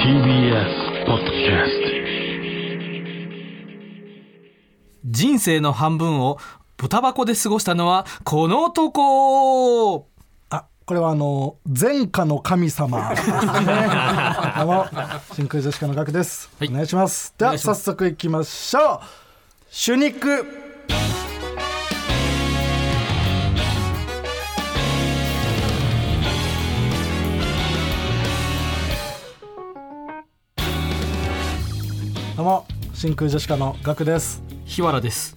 TBS ポッドキャス人生の半分を豚箱で過ごしたのはこの男あこれはあの前科の神 様ですねどうも真空ジェシカのガクです、お願いしますでは早速いきましょう主肉どうも真空ジェシカのガク です日原です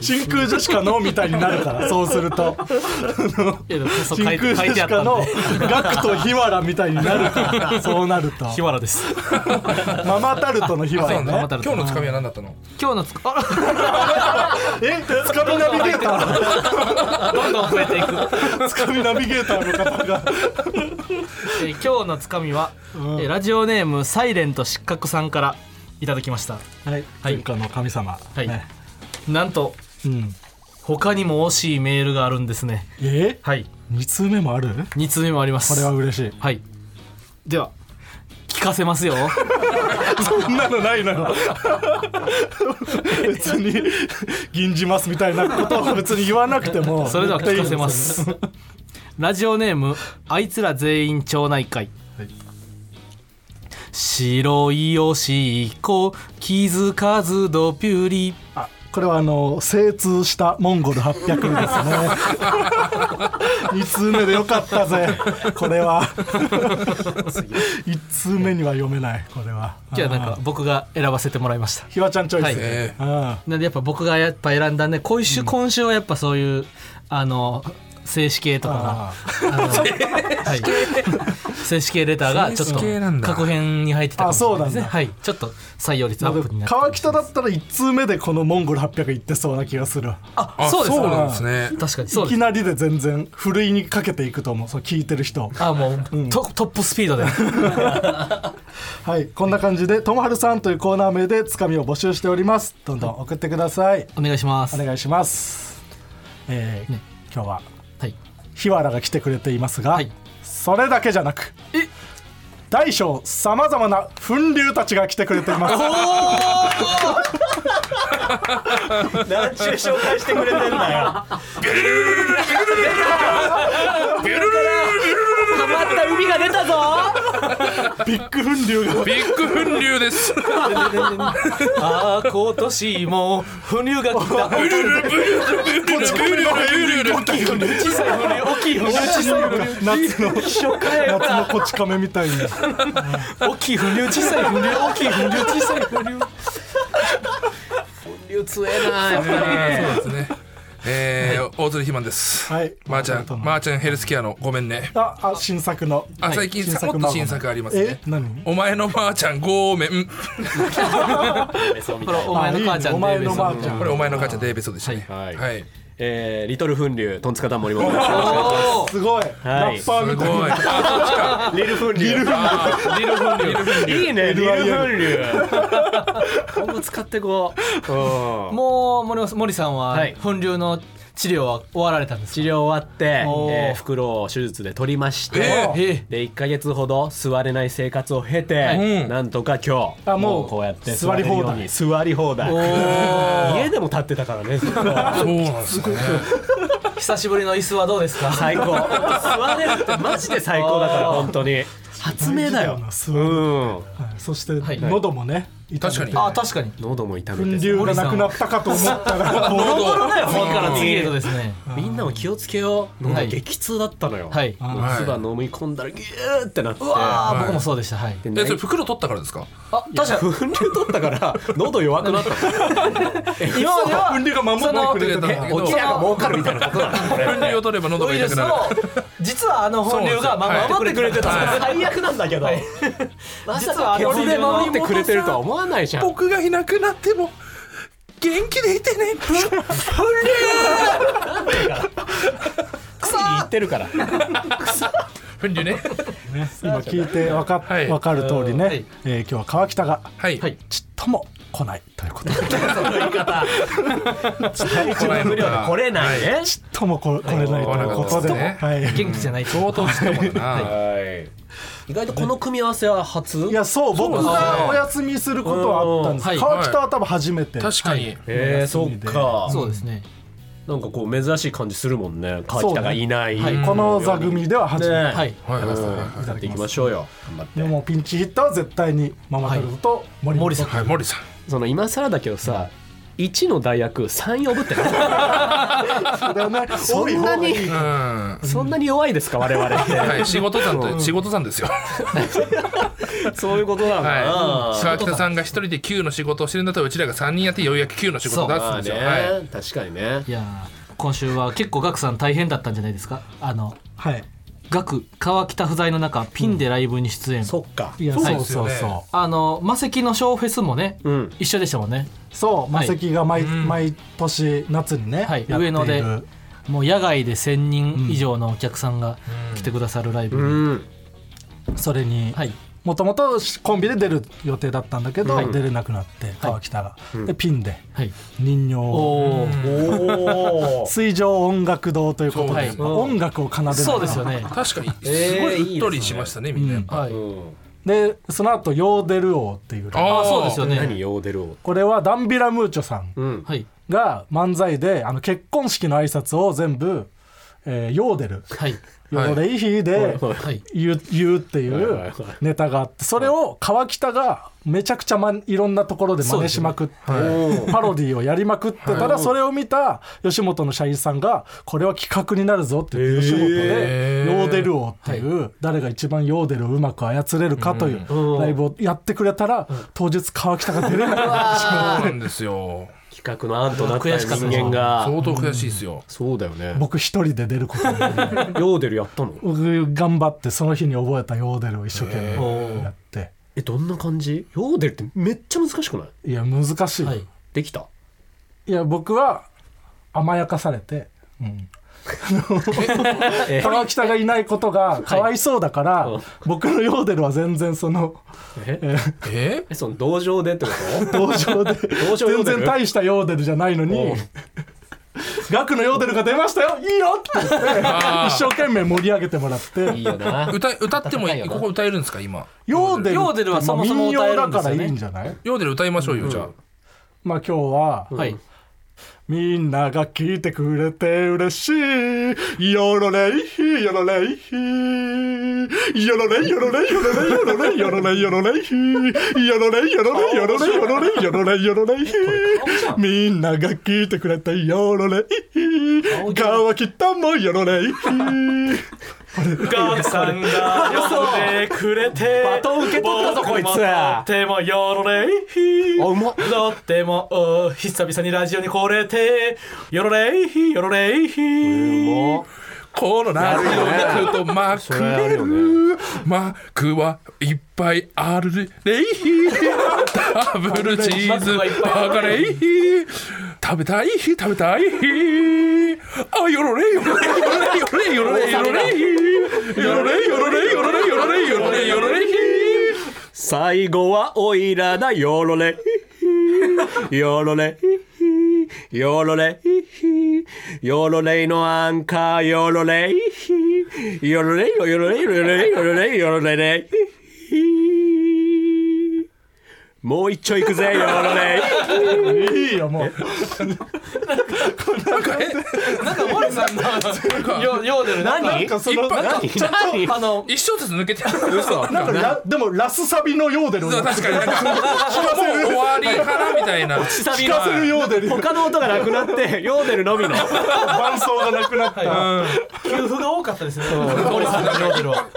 真空ジェシカのみたいになるからそうするといやでもそう書真いて空書ジいてェシあっカたんのでガクとヒワラみたいになるからそうなると日原ですママタルトのヒワラママねタルト今日のつかみは何だったの今日のつあえつかみナビゲータらどんどん増えていくーつかみナビゲーターの方が えー今日のつかみは、えーラジオネームサイレント失格さんからいただきましたはいはい天下の神様はい、ねなんとうん他にも惜しいメールがあるんですねえはい二通目もある2通目もありますこれは嬉しいはいでは聞かせますよそんなのないのよ 別に銀じますみたいなことは別に言わなくて もそれでは聞かせます ラジオネームあいつら全員町内会、はい白いおしっこ気づかずドピュリあこれはあの精通したモンゴル800ですね2通 目でよかったぜこれは1通目には読めないこれはじゃあなんか僕が選ばせてもらいましたひわちゃんチョイス、はいえあなんでやっぱ僕がやっぱ選んだね今週,、今週はやっぱそういうあの静止系とかがあはい、正式系レターがちょっ正式系なんとだ確変に入ってたかもしれないですねあそうなんだはいちょっと採用率アップになって川北だったら1通目でこのモンゴル800いってそうな気がするああそうですそうかなんですね確かにそいうできすなりで全然ふるいにかけていくと思うそう聞いてる人あもう、トトップスピードではいこんな感じで「ともはるさん」というコーナー名でつかみを募集しておりますどんどん送ってくださいお願いしますお願いしますえー今日ははい日原が来てくれていますが、はいそれだけじゃなくえ大小さまざまな粉流たちが来てくれています 何中紹介してくれてんだよたまった海が出たぞビッグ粉流がビッグ粉流です。ああ今年も粉流が来たブルルブルルブルルブルルブルル。小さい粉流大きい粉流小さい粉流夏の一緒かよ夏のこち亀みたいに大きい粉流小さい粉流大きい粉流小さい粉流流強えなやっそうですね。えー、大鶴ひまんです。はいまーちゃん、まーちゃんヘルスケアのごめんね。ああ新作のあ、最近さ新作もっと新作ありますえね。何お前のまーちゃんごめん。ぱりそうみこたれいお前の母ちゃんお前のデイビばあスちゃんこれお前の母ちゃんデイビソでしたね。はいはい。えー、リトル粉流トンツカタン森本ですおすごい、ラッパーすみたごいい。あ、リル粉流リル粉流いいねリル粉流ー今後使ってこううんもう森本さん森さんははい粉流の治療は終わられたんですか治療終わって、おーえー、袋を手術で取りまして、えーえーで1か月ほど座れない生活を経て、いうんなんとか今日あもうこうやって座り放題座れるように座り放題家でも立ってたからねずっそとうなんですね。久しぶりの椅子はどうですか最高座れるってマジで最高だから本当に発明だよ大事うだよなんはいそして、い喉もね痛めて確かに。あ確かに喉も痛粉めて流がなくなったかと思ったらもう喉次から次へとですねみんなも気をつけよう喉はい激痛だったのよはいはい唾飲み込んだらギューってなってあーはい僕もそうでしたはいでえ、それ袋取ったからですか。あ確 かに分量取ったから喉弱くなったの今までは粉流が守ってくれてたそののおきらが儲かるみたい なことなのこれ粉流を取れば喉ウがイル痛スをくなる。実はあの本流が守ってくれてたは最悪なんだけどまさ実はかケツで守ってくれてるとは思わないじゃん僕がいなくなっても元気でいて ね。口に言ってるから 粉流ね。今聞いてわか,、はいわかる通りね、はいえー今日は川北がはい。はいちっとも来ないということでその言い方体調不良で来れないねちっともこ来れないということで、はいはい、い元気じゃないと相当つってもんだな意外とこの組み合わせは初やそう僕がお休みすることはあったんです、うん川北は多分初めて、確かにえー、そっかそうですねなんかこう珍しい感じするもんね川北がいない、そうねはいこの座組では初めて、ねはいはいはいはやっていきましょうよ頑張ってでもピンチヒッターは絶対にママタルトと森本、森さいはい森さんその今更だけどさ1の代役3呼ぶ ってなだよねそんなにうんはそんなに弱いですか我々ってい仕事さんと仕事さんですよ そういうことなのかな、はい川北さんが一人で9の仕事をしてるんだったらうちらが3人やってようやく9の仕事を出すんまあですね、よはい確かにねいやー今週は結構ガクさん大変だったんじゃないですかあのはいガク川北不在の中ピンでライブに出演、そっかいやそうそでうすそようねそあの魔石のショーフェスもね、うん一緒でしたもんねうそう魔石が毎,、毎年夏にね、はいやってい上る野でもう野外で1,000人以上のお客さんが来てくださるライブに、うんそれにはいもともとコンビで出る予定だったんだけど、出れなくなって川北が、でピンではい人形おをおー、おお水上音楽堂ということで、はい音楽を奏でながらそうですよね確かにえーすごいしっとりしましたねみんなやっぱはい、でその後ヨーデル王っていうライブああそうですよね 何ヨーデルをこれはダンビラムーチョさんうんはいが漫才であの結婚式の挨拶を全部、えーヨーデルはいヨーデイヒーではい言う言うっていはいはいうはいネタがあってそれを川北がめちゃくちゃ、ま、いろんなところで真似しまくって、パロディをやりまくってたらそれを見た吉本の社員さんがこれは企画になるぞって言って吉本でヨーデル王っていう誰が一番ヨーデルをうまく操れるかというライブをやってくれたら当日川北が出れなくなってしまうそうなんですよ企画の案となった悔しかった人間が相当悔しいですよそうだよね僕一人で出ることにな る ヨーデルやったの僕頑張ってその日に覚えたヨーデルを一生懸命やって、えどんな感じヨーデルってめっちゃ難しくないいや難しい、、はいいできたや僕は甘やかされて、 うん、川北がいないことがかわいそうだから、うん僕のヨーデルは全然その えええその同情でってこ 同情で同情ヨ全ーデル然大したヨーデルじゃないのに。ガクのヨーデルが出ましたよいいよって言ってあー一生懸命盛り上げてもらってといいよな歌歌ってもいい戦いよなここ歌えるんですか今ヨーデルヨーデルはそもそも歌えるんですよねまあ民謡だからいいんじゃないヨーデル歌いましょうよじゃあまあ今日は、はいみんなが聞いてくれて嬉しい。よろれいひ、よろれいひ。よろれい、よろれい、よろれい、よろれい、よろれい、よろれいひ。よろれい、よろれい、よろれい、よろれい、よろれい、よろれいひ。みんなが聞いてくれてよろれいひ。川北もよろれいひ。ガクさんが呼んでくれてバトン受け取ったぞこいつてもよろれいひあうまっとってもお久々にラジオに来れてよろれいひよろれいひこのラジオだとマそれあークるよね、マークはいっぱいあるレイヒダブルチーズバーガーレイヒ食べたい日食べたい日あよろれよろれよろれよろれよろれよろれよろれよろれよろれよろれよろれ最後はおいらだよろれよろれよろれよろれのアンカーよろれよろれよろれよろれよろれよろれれもう一丁いくぜよろれいいよ、もう。なんか森さんのよようでるなんか何なんかその、いっぱいなんか何何あの一小節抜けて嘘なんかラでもラスサビのヨーデルを確かになんかもう終わりかなみたいな久聞かせるヨーデル。他の音がなく なってヨーデルのみの伴奏がなくなった。給付が多かったですね森さんのようでるは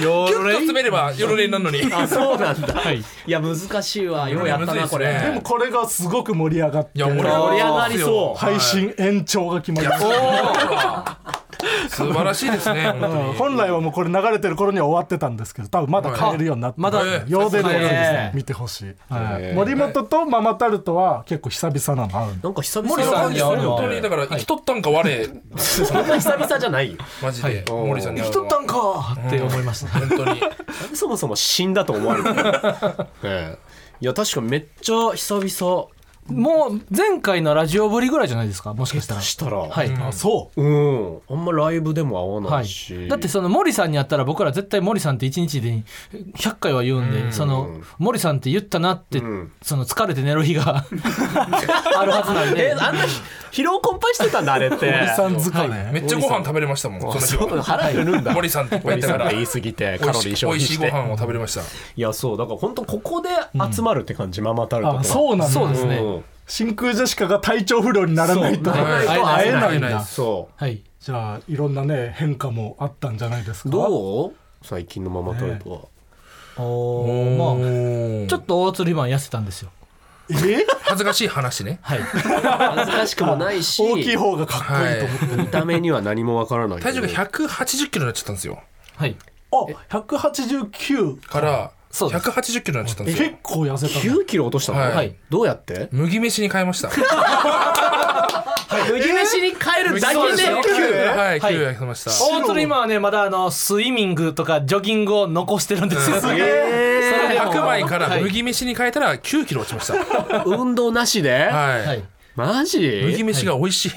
よろれい滑ればよろれになるのにあそうなんだ、い、や難しい わようやったなこれ、でもこれがすごく盛り上がっていや俺は盛り上がりそう配信延長が決まりました 素晴らしいですね本当に本来はもうこれ流れてる頃には終わってたんですけど多分まだ変えるようになってまだ ヨーデルをえー見てほしい、はい森本とママタルトは結構久々なの会うんでなんか久森さ々んにに会う本 わ当にだから生きとったんか我そんな久々じゃないよマジで森さんに会うのはんかって思いました本当にそもそも死んだと思われてる、ええいや確かめっちゃ久々もう前回のラジオぶりぐらいじゃないですかもしかしたらしたら、はい、あそううんあんまライブでも会わはないいし、、だってその森さんに会ったら僕ら絶対森さんって1日で100回は言うんで、その森さんって言ったなって、んその疲れて寝る日があるはずなんえであんな疲労困憊してたんだあれってさん疲れ、めっちゃご飯食べれましたもんその日そうは腹減るんだ森さんっていっぱいい森たさかんがら言い過ぎて美カロ味しリーい消美費味しいしごて飯を食べれましたいやそうだから本当ここで集まるって感じ、ママタルトとかあそうなんだそうですねうん真空ジェシカが体調不良にならないとそう はい会えない会えないん会えないだそはいじゃあいろんなね変化もあったんじゃないですうかどう最近のママタルトは、おおーまあーちょっと大鶴りマン痩せたんですよえ恥ずかしい話ねはい恥ずかしくもないし大きい方がかっこいいと思って、見た目には何もわからないけど体重が180キロになっちゃったんですよはいあ189からそうです180キロになっちゃったんですよ結構痩せたね9キロ落としたの、はいはいどうやって麦飯に変えま した麦飯に変えるだけでそうすよ9はいはい9やりました大鶴りマンはねまだあのスイミングとかジョギングを残してるんですよ、それでも白米からはい麦飯に変えたら9キロ落ちました。運動なしで、はい。はいマ麦ジ飯が美味しい。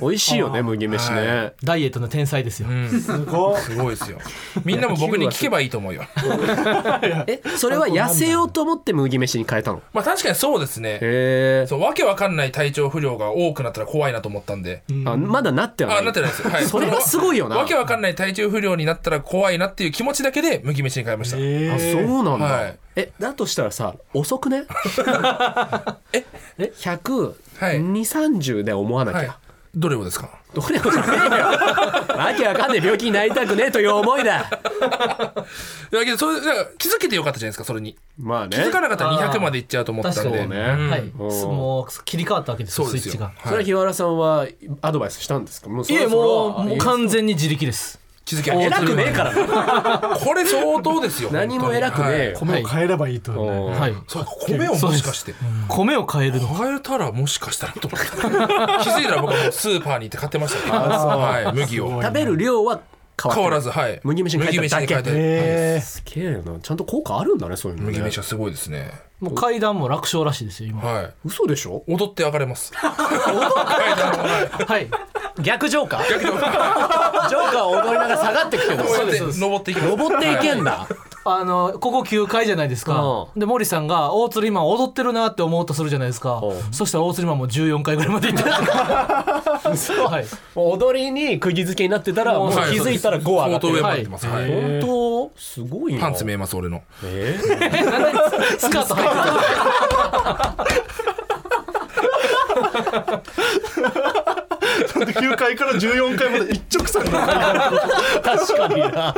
美味しいよね麦飯ね、はダイエットの天才ですよ、すごいすごいですよ。みんなも僕に聞けばいいと思うよ。えそれは痩せようと思って麦飯に変えたのまあ確かにそうですね。へえそう、わけわかんない体調不良が多くなったら怖いなと思ったんで。あまだなってはないあ、なってないです。はい。それがすごいよなわけわかんない体調不良になったら怖いなっていう気持ちだけで麦飯に変えました。あそうなんだ、はいえだとしたらさ遅 くねええ100、はい2 3 0で思わなきゃ、はい。どれをですかどれ もじゃねえよわけわかんない病気になりたくねえという思いだだけど、それ、だから気づけてよかったじゃないですか、それに。まあね気づかなかったら200までいっちゃうと思ったん確で。かにねうんはい、もう切り替わったわけですよそスうでイすッチよ。がはいそれは日原さんはアドバイスしたんですかもうそいろえそろもうもう完全に自力です気づけ偉くねえから これ相当ですよ。何も偉くねえよ本米を変えればいいと、ねうんはい当にはいそうか、米をもしかして。米を変えるの変えたらもしかしたらと思 った。気づいたら僕はもうスーパーに行って買ってましたね。はい、麦を。食べる量は変わ変わららず、はい。麦飯に変えただ麦飯にけ変えてはいえすげえなちゃんと効果あるんだねそういうのね麦飯はすごいですね。もう階段も楽勝らしいですよ今は嘘でしょい。踊って上がれ ます。階段をは いはい逆ジョーカージ逆にこョーカーを踊りながら下がってきてるのうやって登っていきます。登っていけんだあのここ9階じゃないですかうで森さんが大鶴今踊ってるなって思うとするじゃないですかうんそしたら大鶴今もう14階ぐらいまで行ってたはい踊りに釘付けになってたらもう気はいづいたら5上がって相当る、上まで行ってます。はい。本当すごいなパンツ見えます、俺の。ええなんでスカート履いて9階から14階まで一直線だー確かにな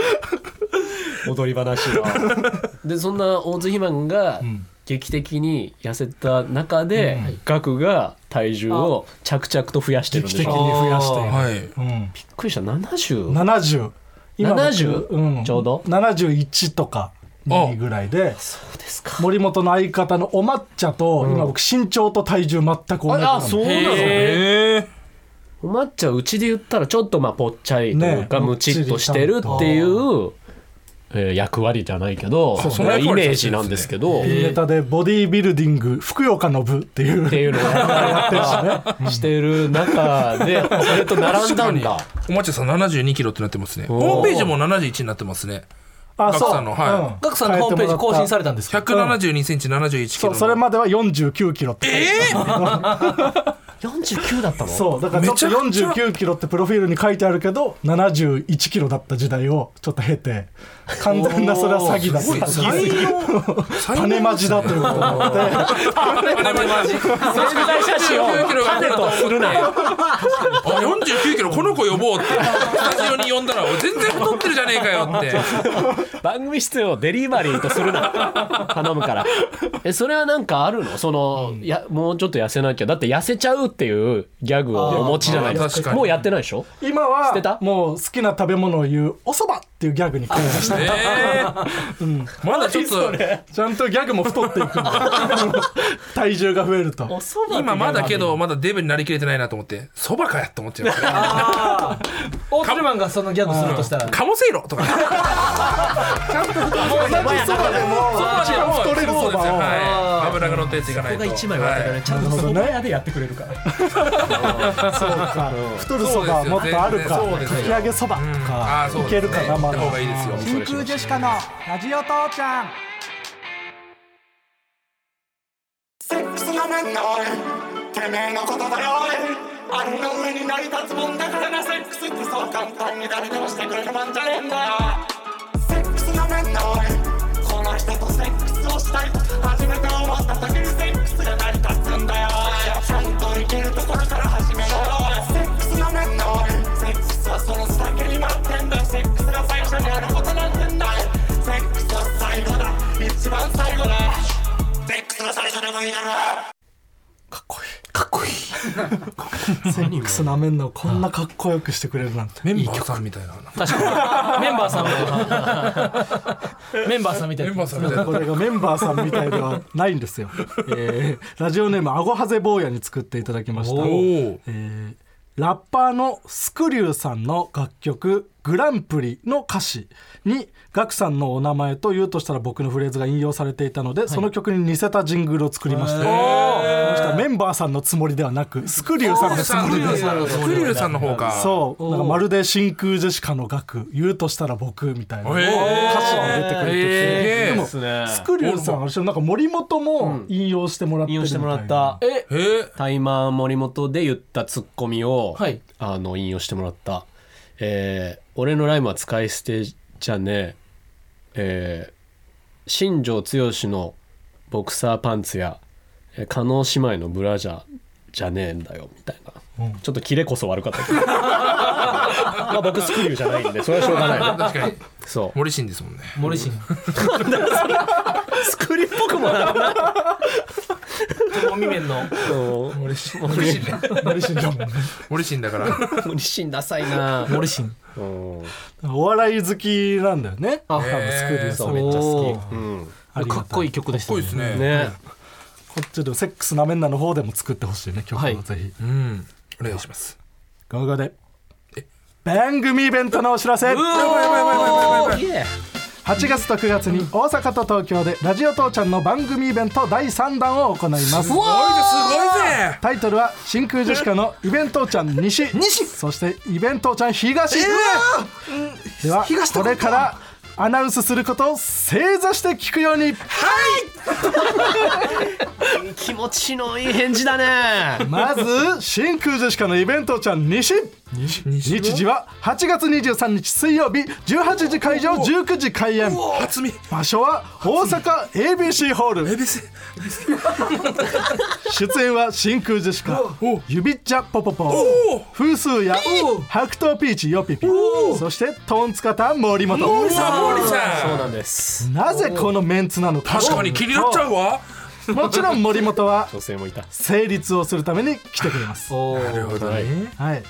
踊り話はでそんな大津ひまんが劇的に痩せた中で、ガクが体重を着々と増やしてるんで劇し的にょ増やしているはい。うんびっくりした70 70今僕70？ちょうど71とか2ぐらいでそうですか森本の相方のお抹茶と、今僕身長と体重全く同じなあのそうなのへえ。お抹茶うちで言ったらちょっとまあぽっちゃりというかねむちっとしてるっていう、えー役割じゃないけどそうそまあの役イ割メージなんですけど、いいネタでボディービルディングふくよかの部っていうっていうのをやってるしねしてる中でそれと並んだんだおまちさん72キロってなってますね。ホームページも71になってますね。あガクさんのはいガクさんのホームページ更新されたんですか172センチ71キそロうの。それまでは49キロって書いてあった、 49だったのそうだからちょっとめちゃくち49キロってプロフィールに書いてあるけど71キロだった時代をちょっと経て完全なそれは詐欺だすごい詐才欺能種まじだということを思って種まじ潜在写真を種とするなよあ49キロこの子呼ぼうってスタジオに呼んだら俺全然太ってるじゃねえかよって番組出演をデリバリーとするな頼むからえそれはなんかあるのその、やもうちょっと痩せなきゃだって痩せちゃうっていうギャグをお持ちじゃないであーす確かかにもうやってないでしょ今捨てたはもう好きな食べ物を言うおそばっていうギャグに変えましたええまだちょっとちゃんとギャグも太っていくんだ体重が増えると今まだけどまだデブになりきれてないなと思ってそばかやと思っちゃいますね 大鶴マンがそのギャグするとしたら鴨せいろとかちゃんと太同じそばでも一番太れるそそうですばよをはい油が乗ったやついかないことが一枚割れたらね、ちゃんとそば屋でやってくれる から。そうか太るそばはもっとあるかそうですよ全然そうかですよき揚げそばとあかあそういけですねるかなまだ行った方がいいですよ真空ジェシカのラジオ父ちゃんセックスなめんなおいてめえのことだよおいあんな上に成り立つもんだからなセックスってそう簡単に誰でもしてくれるもんじゃねえんだよセックスなめんなおいこの人とセックスをしたいと初めて思った時にセックスが成り立つんだよおいちゃんと生きるところから始めろよおいセックスなめんなおいセックスはその先に待ってんだよセックスが最初にやることなんてないセックスは最後だ一番最後だセックスが最初でもいいだろかっこいい セックスなめんのをこんなかっこよくしてくれるなんてメンバーさんみたいな確かに。メンバーさんみたいな。メンバーさんみたいメなン。バーさんみたいなこれがメンバーさんみたいではないんですよ、えーラジオネームあごはぜ坊やに作っていただきましたおおえーラッパーのスクリューさんの楽曲「グランプリ」の歌詞にガクさんのお名前と言うとしたら僕のフレーズが引用されていたので、その曲に似せたジングルを作りました、そしたらメンバーさんのつもりではなくスクリューさんのつもりでクリルさんの方かそうなんかまるで真空ジェシカの楽言うとしたら僕みたいなへ歌詞ーが出てくる時へーでもすねスクリューさんあれなんか森本も引用してもらってる引用みしたていもらなったえ、えータイマー森本で言ったツッコミを、はいあの引用してもらった、えー俺のライムは使い捨てじゃねえ」えー新庄剛志のボクサーパンツやえー加納姉妹のブラジャーじゃねえんだよ」みたいな、ちょっとキレこそ悪かったけどまあ僕スクリューじゃないんでそれはしょう がない確かにそう森進ですもんね森進。スクリューっぽくもなくないおみめんの。森進森進ね森進だもんね森進だから森進ダサいな森進。うんお笑い好きなんだよねあ多分スクリューさそんうめめっっちちゃ好ゃ好きき、うん、ありがかたっこいい曲でしたそうですね。ねねこっちでもセックスなめんなの方でも作ってほしいね曲はをいぜひうんお願いしますガガガで番組イベントのお知らせ8月と9月に大阪と東京で「ラジオ父ちゃん」の番組イベント第3弾を行いますおいすごいぜタイトルは「真空ジェシカのイベントーちゃん西」そして「イベントーちゃん東」ではこれからアナウンスすることを正座して聞くように気持ちのいい返事だねまず真空ジェシカのイベントちゃん西日時は8月23日水曜日18時会場19時開演初見場所は大阪 ABC ホールエビス 出演は真空ジェシカおゆびっちゃぽぽぽお風数や白桃ピーチよぴぴそしてトンツカタン森本森さんなんですなぜこのメンツなのか確かに気になっちゃうわもちろん森本は女性もいた成立をするために来てくれますおーなるほどねはい、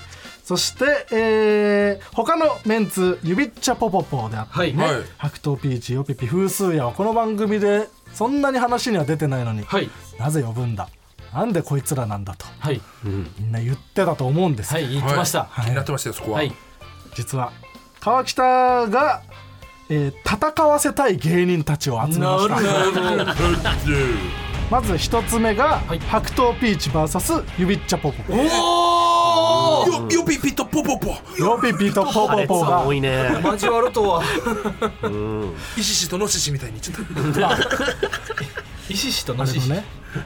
そして、えー他のメンツゆびっちゃぽぽぽであったはい。はいは白桃ピーチよぴぴ風数やはこの番組でそんなに話には出てないのに、い。なぜ呼ぶんだなんでこいつらなんだとはい。みんな言ってたと思うんです、はい。言ってました。気になってましたよそこははい。実は川北が、えー戦わせたい芸人たちを集めましたまず一つ目が、い白桃ピーチ VS ゆびっちゃぽぽぽよよぴぴとぽぽぽよぴぴとぽぽぽが多いね交わるとは。イシシとノシシみたいに言っちゃったイシシとあノれシのシ。ね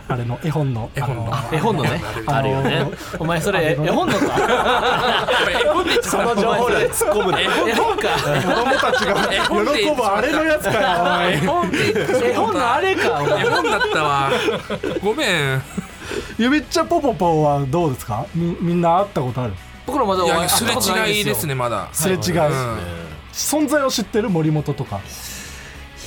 あれの絵本の 絵本のあ絵本のね。あるよねお前それ絵本の か。絵 本で言っちゃっこの情報で突っ込むね絵本か。 子供たちが喜ぶあれのやつかよおいた絵本で言っちゃった絵本のあれか。お前絵本だったわごめんゆびっちゃぽぽぽはどうですかみみんな会ったことある僕らまだいおや会すれしたことな違いですねまだすれ違い、存在を知ってる森本とか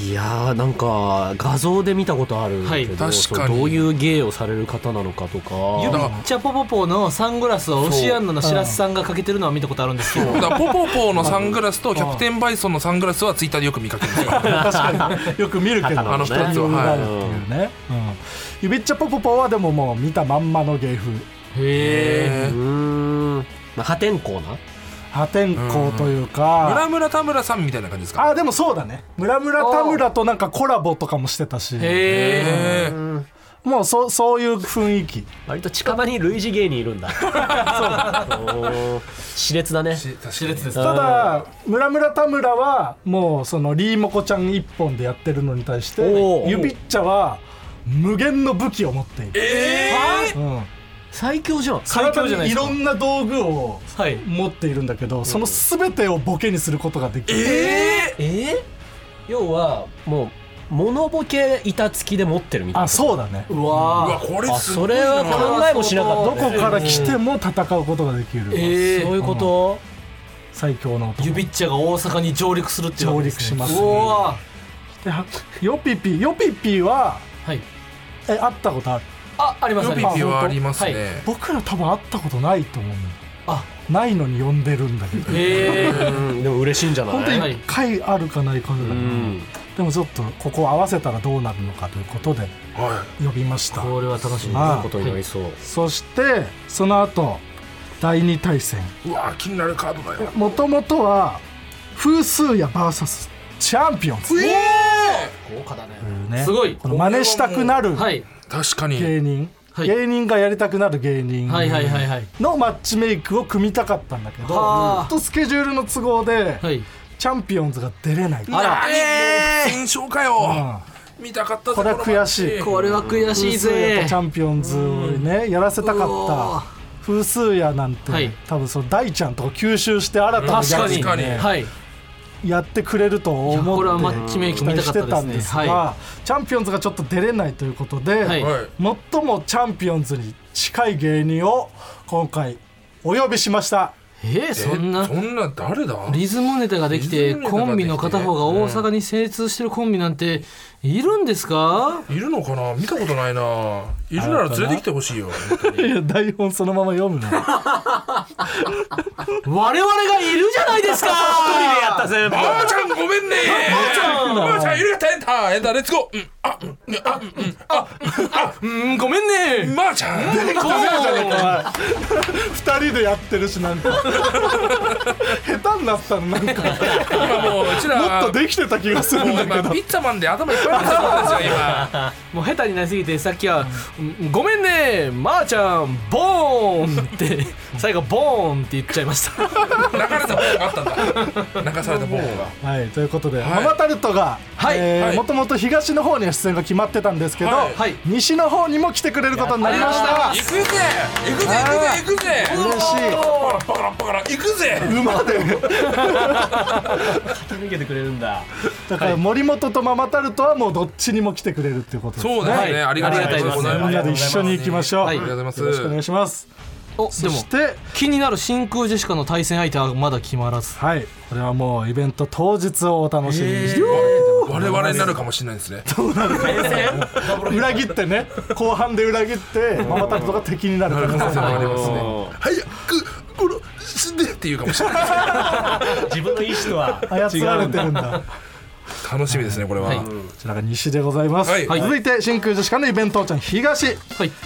いやーなんか画像で見たことあるはいけど、確そうかにどういう芸をされる方なのかとかゆびっちゃぽぽぽのサングラスをオシアンナのそう白洲さんがかけてるのは見たことあるんですけどだからポポポのサングラスとキャプテンバイソンのサングラスはツイッターでよく見かけるんですよ よく見るけどあの二つはあるっはていうね、うん、ゆびっちゃぽぽぽはでももう見たまんまの芸風いへええうーん、まあ、破天荒な破天荒というか、村村田村さんみたいな感じですかあでもそうだね村村田村となんかコラボとかもしてたしええもうそそういう雰囲気割と近場に類似芸人いるんだおー熾烈だねえ確かに熾烈ですただ村村田村はもうそのリーモコちゃん一本でやってるのに対しておーユビッチャは無限の武器を持っている、うん、最強じゃん最強じゃ体ないですにいかろんな道具をはい持っているんだけどその全てをボケにすることができる、えー要はもう物ボケ板付きで持ってるみたいあそうだねううわわこれなあすごそいなれは考えもしなかったどねこから来ても戦うことができる、えそういうこと、最強の男ユビッチャが大阪に上陸するっていうわけです、ね、上陸しますうわではヨピピヨピピははいえ会ったことあるあありますありピまヨすピはありますあ本ね僕ら多分会ったことないと思うのあないのに呼んでるんだけどええうん、でも嬉しいんじゃない本当にはい1回あるかないかぐらい、うんでもちょっとここを合わせたらどうなるのかということでは呼びましたこれは楽しみああことになりそう、そしてその後第2対戦いうわ気になるカードだよもともとは風数や VS チャンピオンズえ豪華だねというねすごいこの真似したくなるはいえ確かに芸人、はい芸人がやりたくなる芸人はいはいはいはいのマッチメイクを組みたかったんだけどちはあょっとスケジュールの都合で、はいチャンピオンズが出れないあらええ戦勝かよ見たかったぜこれはのマッ悔しチいこれは悔しい風数やぜとチャンピオンズをねやらせたうかわった風数やなんて、はい多分その大ちゃんとか吸収して新たな確かにギャグ確かにはいやってくれると思っいやこれはマてッチメイク期見待たかしったてですねたんですが、はチャンピオンズがちょっと出れないということで、はいはい最もチャンピオンズに近い芸人を今回お呼びしましたえー、そんえなそんな誰だリズムネタができてリズムネタができてコンビの片方が大阪に精通してるコンビなんているんですかいるのかな見たことないないるなら連れてきてほしいよいや台本そのまま読むな我々がいるじゃないですかやったぜばあちゃんごめんねばあちゃんいるよテンタエンタレッツゴーうんあうんあうんあうんごめんねばあちゃん 二人でやってるしなんか 下手になったのなんか今もううちらもっとできてた気がするんもうだけ今どピッツァマンで頭いっぱいになってるんですよ今もう下手になりすぎてさっきは「うんごめんねまー、ちゃんボーン!」って最後「ボーン!」って言っちゃいました泣かれた方があったんだ泣かされた方がはい、ということで、いママタルトが、はいえーはいもともと東の方には出演が決まってたんですけど、はいはい西の方にも来てくれることになりました行くぜ行くぜ行くぜ行くぜ嬉しいパラパラパラ行くぜ馬で抜けてくれるんだだから森本とママタルトはもうどっちにも来てくれるっていうことですそうですねありがとうございまみすんなで一緒に行きましょう、ありがとうございよろますしくお願いしますおでそもして気になる真空ジェシカの対戦相手はまだ決まらずはいこれはもうイベント当日をお楽しみにして、我々になるかもしれないですね裏切ってね後半で裏切ってママタルトが敵になる可能性もありますね早く殺してっていうかもしれない自分の意思とは操られてるんだ楽しみですねこれははいこちらが西でございます、はいはい続いて真空ジェシカのイベントーちゃん東はい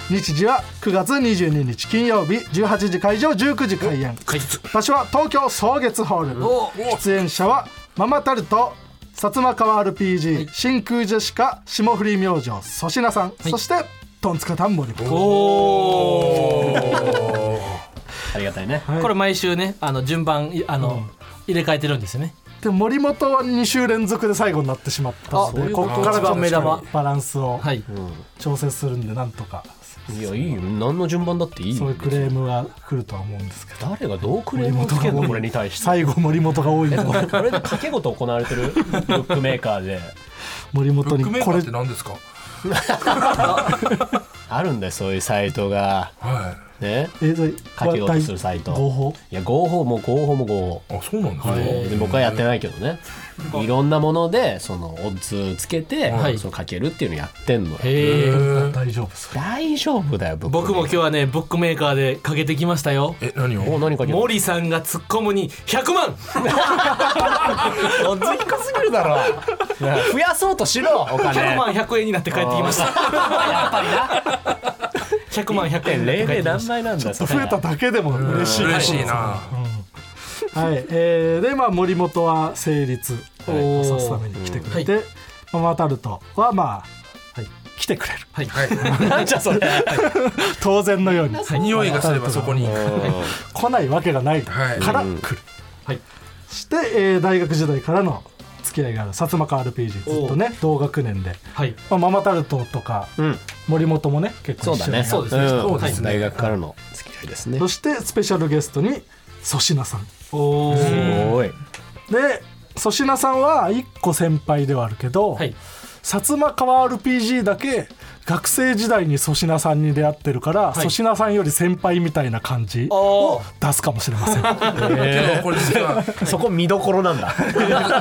日時は9月22日金曜日18時会場19時開演はい場所は東京草月ホールお出演者はママタルト薩摩川 RPG、真空ジェシカ霜降り明星粗品さん、そしてトンツカタンモリもおーありがたいねこれ毎週ねあの順番いあの、入れ替えてるんですよねで森本は2週連続で最後になってしまったのでここからちょ目っ玉とバランスをはい、調整するんでなんとかいやいいよ何の順番だっていいそういようクレームが来るとは思うんですけど誰がどうクレームをつけるのこれに対して最後森本が多いのこれでで掛け事行われてるブックメーカーで森ブ本ックメにーこカーれって何ですかあるんだよそういうサイトがはねえそれ書き落とするサイト合法いや合法も合法も合いあそうなんです法、ねで僕はやってないけどねいろんなものでそのオッズつけて、はいそうかけるっていうのやってんのよへえ大丈夫そ大丈夫だよブックメーカー僕も今日はねブックメーカーでかけてきましたよえ何おを何か森さんが突っ込むに100万オッズ低すぎるだろなあ増やそうとしろお金100万100円になって帰ってきましたやっぱり 100万100円になって帰って0きま何した倍なんだよう増えただけでも嬉しい嬉しいなはいえーでまあ森本は成立を指すために来てくれて、ママタルトはまあ、来てくれるはいなんじゃそれ。当然のように匂いがすればそこに行く来ないわけがないはいから来る、はいして、えー大学時代からの付き合いがある薩摩川 RPG ずっとね同学年で、はいまあ、ママタルトとか、ん森本もね結構そう一緒だにね。そうですねんそうですね大学からの付き合いですね。そしてスペシャルゲストに粗品さんおーごい。で粗品さんは1個先輩ではあるけど、はい薩摩川 RPG だけ学生時代に粗品さんに出会ってるからい粗品、さんより先輩みたいな感じおを出すかもしれませんけどこれ実はそこ見どころなんだ。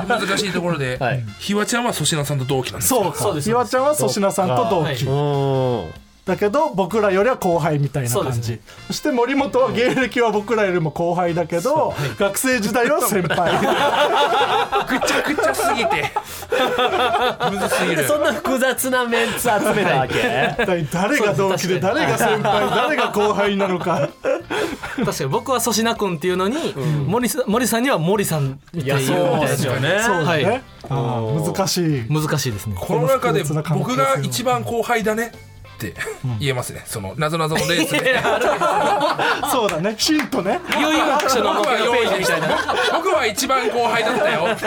難しいところではいひわちゃんは粗品さんと同期なんですそう そうかですひわちゃんは粗品さんと同期、うーん。だけど僕らよりは後輩みたいなそう感ですじそ,、して森本は芸歴は僕らよりも後輩だけど、学生時代は 先輩ぐちゃぐちゃすぎて むずすぎるそんな複雑なメンツ集めたわけ。一体誰が同期でそ誰が先輩誰が後輩なの か確かに僕は粗品君っていうのに、森さん森さんには森さんっていうみたいなよね。そうはだいね、あー難しい難しいですねこの中でこの複雑な関係性僕が一番後輩だねって言えますねそのなぞなぞのレースで そうだねヒントね悠々白書の僕僕はのペ用ー意ジでみきたたいな僕は一番後輩だったよ まず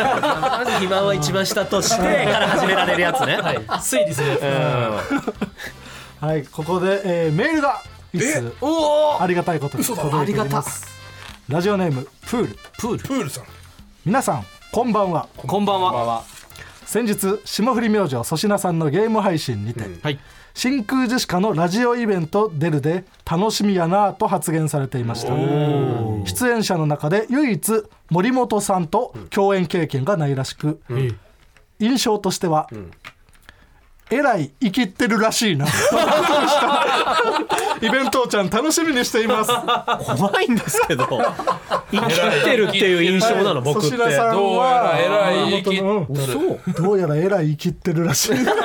肥満は一番下として から始められるやつね。はい。推理するやつはいここで、えーメールが一通おおありがたいことに届いておりますラジオネームプールプールプールさん皆さんこんばんはこんばんは先日霜降り明星粗品さんのゲーム配信にて、はい真空ジェシカのラジオイベント「出る」で楽しみやなぁと発言されていました出演者の中で唯一森本さんと共演経験がないらしく、印象としては、えらい生きってるらし いなイベントちゃん楽しみにしています怖いんですけど。生きてるっていう印象なの僕って。粗品さんどうはやら偉い生きうんそうどうやらえらい生きってるらしい締められ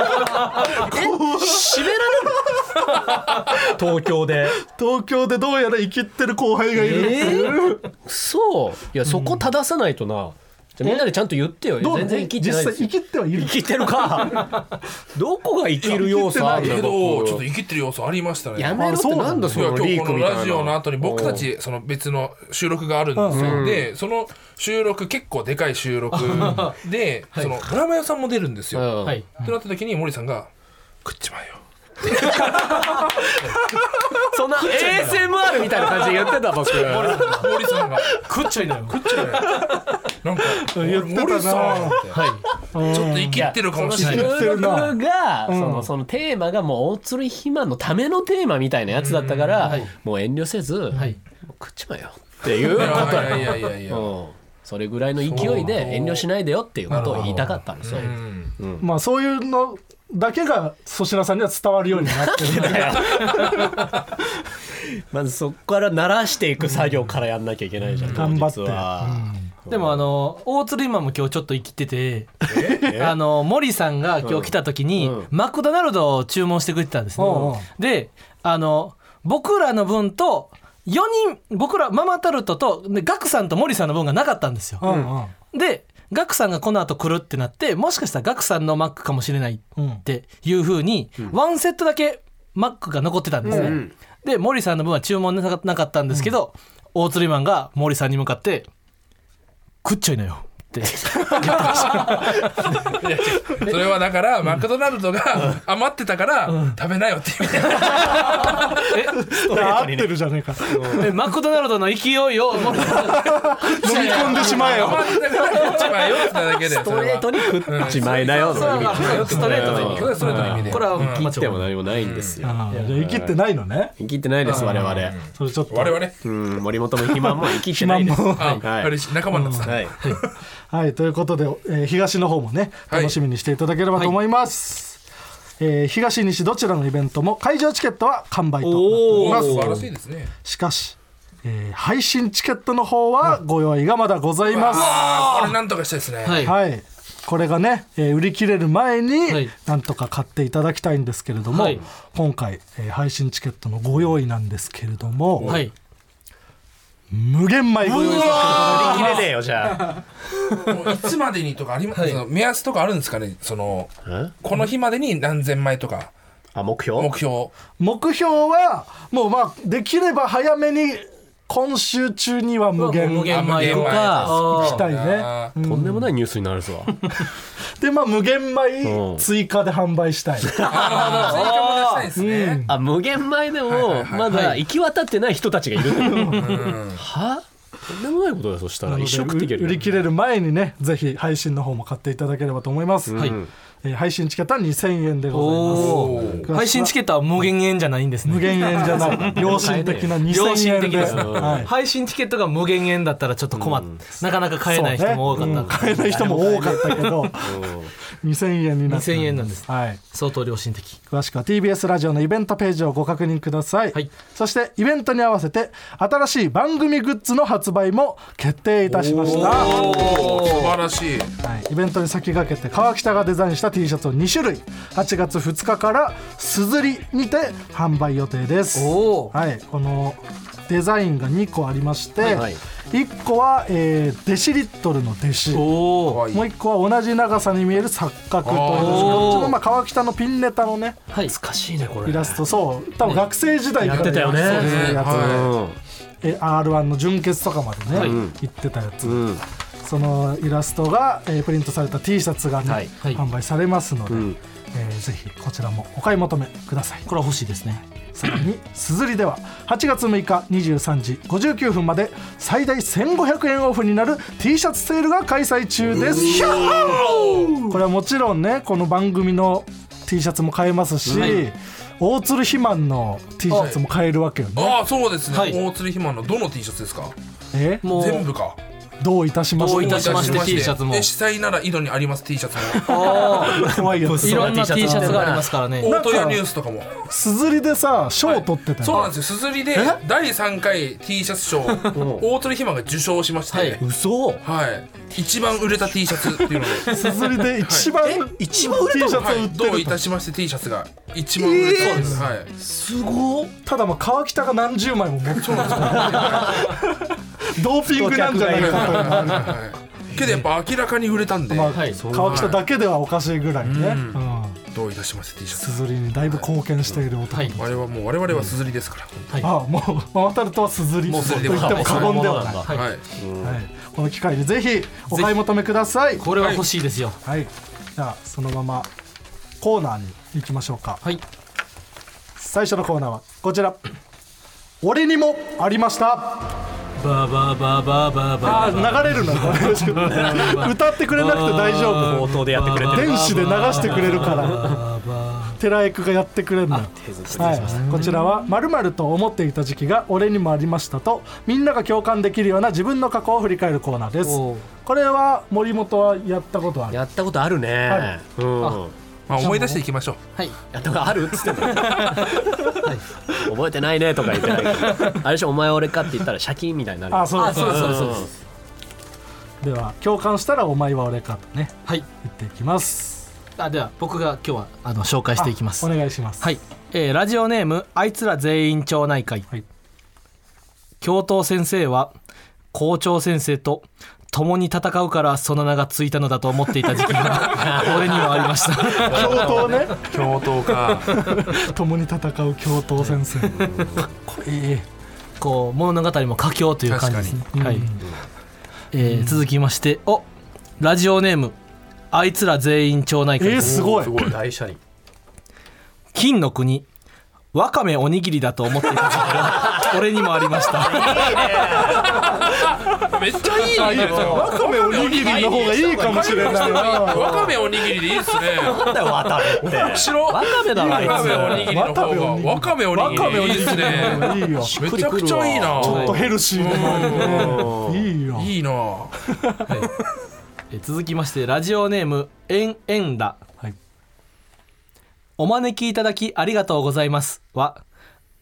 る東京で東京でどうやら生きってる後輩がいる、 そういやそこ正さないとな、じゃあみんなでちゃんと言ってよどう全然生きて実ない際です生よきってはいる生きてるか どこが生きる要素あるんだけよど僕ちょっと生きてる要素ありましたねやめろってなんだいそやの今リ日ーこクのみたいなラジオの後に僕たちその別の収録があるんですよ、でその収録結構でかい収録 で、そのドラマ屋さんも出るんですよ、うんはいってなった時に森さんが「食っちまえよそんな ASMR みたいな感じで言ってた僕」森さんが「食っちゃいなよ食っちゃえよ」なんか「言ってたな森さん」ってはいちょっと生きてるかもしれない収てる録なが、そのそのテーマがもう大鶴肥満のためのテーマみたいなやつだったから、もう遠慮せず、いもう食っちまえよって いうこといよやいやいやいやうん、それぐらいの勢いで遠慮しないでよっていうことを言いたかったんですよ。まあそういうのだけが粗品さんには伝わるようになってる まずそこから慣らしていく作業からやんなきゃいけないじゃん、頑張って実は、でもあの大鶴今も今日ちょっと生きてて あの森さんが今日来た時に、マクドナルドを注文してくれてたんですね、おうおうであの僕らの分と4人僕らママタルトとでガクさんと森さんの分がなかったんですよ、うんでガクさんがこの後来るってなってもしかしたらガクさんのマックかもしれないっていうふうに、ワンセットだけマックが残ってたんですね、で森さんの分は注文なかなかったんですけど、大釣りマンが森さんに向かって「食っちゃいなよ」ってそれはだからマクドナルドが余ってたから食べなよってみたいなうん、合ってるじゃねえか飲えマクドナルドの勢いを森さんみ込んでしまえよ余ってたから食っちまえよってだけでストレートに食っちまいなよの意味ストレートの意味それはストレートの意味でこれは間切って違もいない何もないんですよ、あーじゃあ生きてないのね生きてないです我々、それちょっと我々うん、森本も肥満も生きてないです肥あ、はいあれ仲間になってた、はい、はいということで、えー東の方もねい楽しみにしていただければと思います、えー東西どちらのイベントも会場チケットは完売となっておりままあ、す素晴らしいですね。しかし、えー配信チケットの方はご用意がまだございます、ああ、これなんとかしたいですね。はい、はい、これがね、えー売り切れる前に、はいなんとか買っていただきたいんですけれども、はい今回、えー配信チケットのご用意なんですけれども、はい、無限米ご用意させていただいて切れねえよじゃあもういつまでにとかあります、その目安とかあるんですかねそのこの日までに何千枚とかあ目標目標目標はもうまあできれば早めに今週中には無限無行限米とあかきたいねあとんでもないニュースになるぞでまあ無限うん米追加で販 売したいあ追加も出したいですねあ無限前でもまだ行き渡ってない人たちがいるはとんでもないことだよそしたら一生食っていける売り切れる前にねぜひ配信の方も買っていただければと思います、はいえー配信チケットは2000円でごおざいますー配信チケットは無限円じゃないんですね無限円じゃない良心的な良2000心円的で、ですねはい、配信チケットが無限円だったらちょっと困っ、なかなか買えない人も多かった、そうねうん買えない人も多かったけど2000円になって2000円なんですはい相当良心的詳しくは TBS ラジオのイベントページをご確認ください、はいそしてイベントに合わせて新しい番組グッズの発売も決定いたしました、はおー素晴らしいい、イベントに先駆けて川北がデザインした T シャツを2種類8月2日からすずりにて販売予定ですおーはい、このデザインが2個ありまして、はい1個は、えーデシリットルの弟子おお可愛いもう一個は同じ長さに見える錯覚というおーこっちのまあ川北のピンネタのねはい難しいねこイラストそう多分学生時代からやってたよねやってるやつ、はえ R1 の準決とかまでね、はい行ってたやつ、うんうんそのイラストが、えープリントされた T シャツがね、はいはい販売されますので、んえーぜひこちらもお買い求めくださいこれは欲しいですねさらにすずりでは8月6日23時59分まで最大1500円オフになる T シャツセールが開催中ですこれはもちろんねこの番組の T シャツも買えますし、大鶴肥満の T シャツも買えるわけよね、ああそうですね、はい大釣り肥満のどの T シャツですかえもう全部かどういたしましどういてたしまして T シャツもえ主催なら井戸にあります T シャツもあ怖いやあいつろんな T シャツがありますからね大戸屋ニュースとかもすずりでさ賞取ってたよ、そうなんですよすずりで第3回 T シャツ賞大鳥ひまが受賞しまして、ははいい嘘一番売れた T シャツっていうのですずりで一番、一番 T シャツをは売っい、てるどういたしまして T シャツが一番売れたんです、はい、ただまあ川北が何十枚も持ってる ドーピングなんじゃないかという はいけどやっぱ明らかに売れたんで、まあはい川北だけではおかしいぐらいねうんどういたしまして T シャすツずりにだいぶ貢献している男はい我々はもう我々はすずりですから、ああもうママタルトはすずりともうすずり言っても過言ではない、はいはい、はい、この機会にぜひお買い求めくださいこれは欲しいですよはいじゃあそのままコーナーに行きましょうかはい最初のコーナーはこちら俺にもありましたバーバーバーバーバーあバーバーー流れるなこれ歌ってくれなくて大丈夫冒頭でやってくれてる電子で流してくれるから寺江君がやってくれるのよはい、こちらは「まると思っていた時期が俺にもありましたと」みんなが共感できるような自分の過去を振り返るコーナーですおうこれは森本はやったことあるやったことあるねうんまあ、思い出していきましょうはいやったことあるっつってんの覚えてないねとか言ってないけどあれでしょお前俺かって言ったらシャキーンみたいになるあそうであすそうですそうですうそんうですでは共感したら「お前は俺か」とねはい言っていきますあでは僕が今日はあの紹介していきますあお願いしますはい、えーラジオネームあいつら全員町内会、はい教頭先生は校長先生と共に戦うからその名がついたのだと思っていた時期 が俺にもありました教頭ね教頭か共に戦う教頭先生かっこいいこう物語も佳境という感じですね、はいえー続きましておラジオネームあいつら全員町内え会、ー、すごい大車輪金の国わかめおにぎりだと思っていた時期 が俺にもありましためっちゃいいねわかめおにぎりの方がいいかもしれないなわかめおにぎりでいいっすねなんだよ渡るって面白わかめだろあいわかめおつにぎりの方がわかめおにぎりいいですねいいよめちゃくちゃいいなちちょっとヘルシーな感じでねいいよいいなえー続きましてラジオネームえんえんらはいお招きいただきありがとうございますは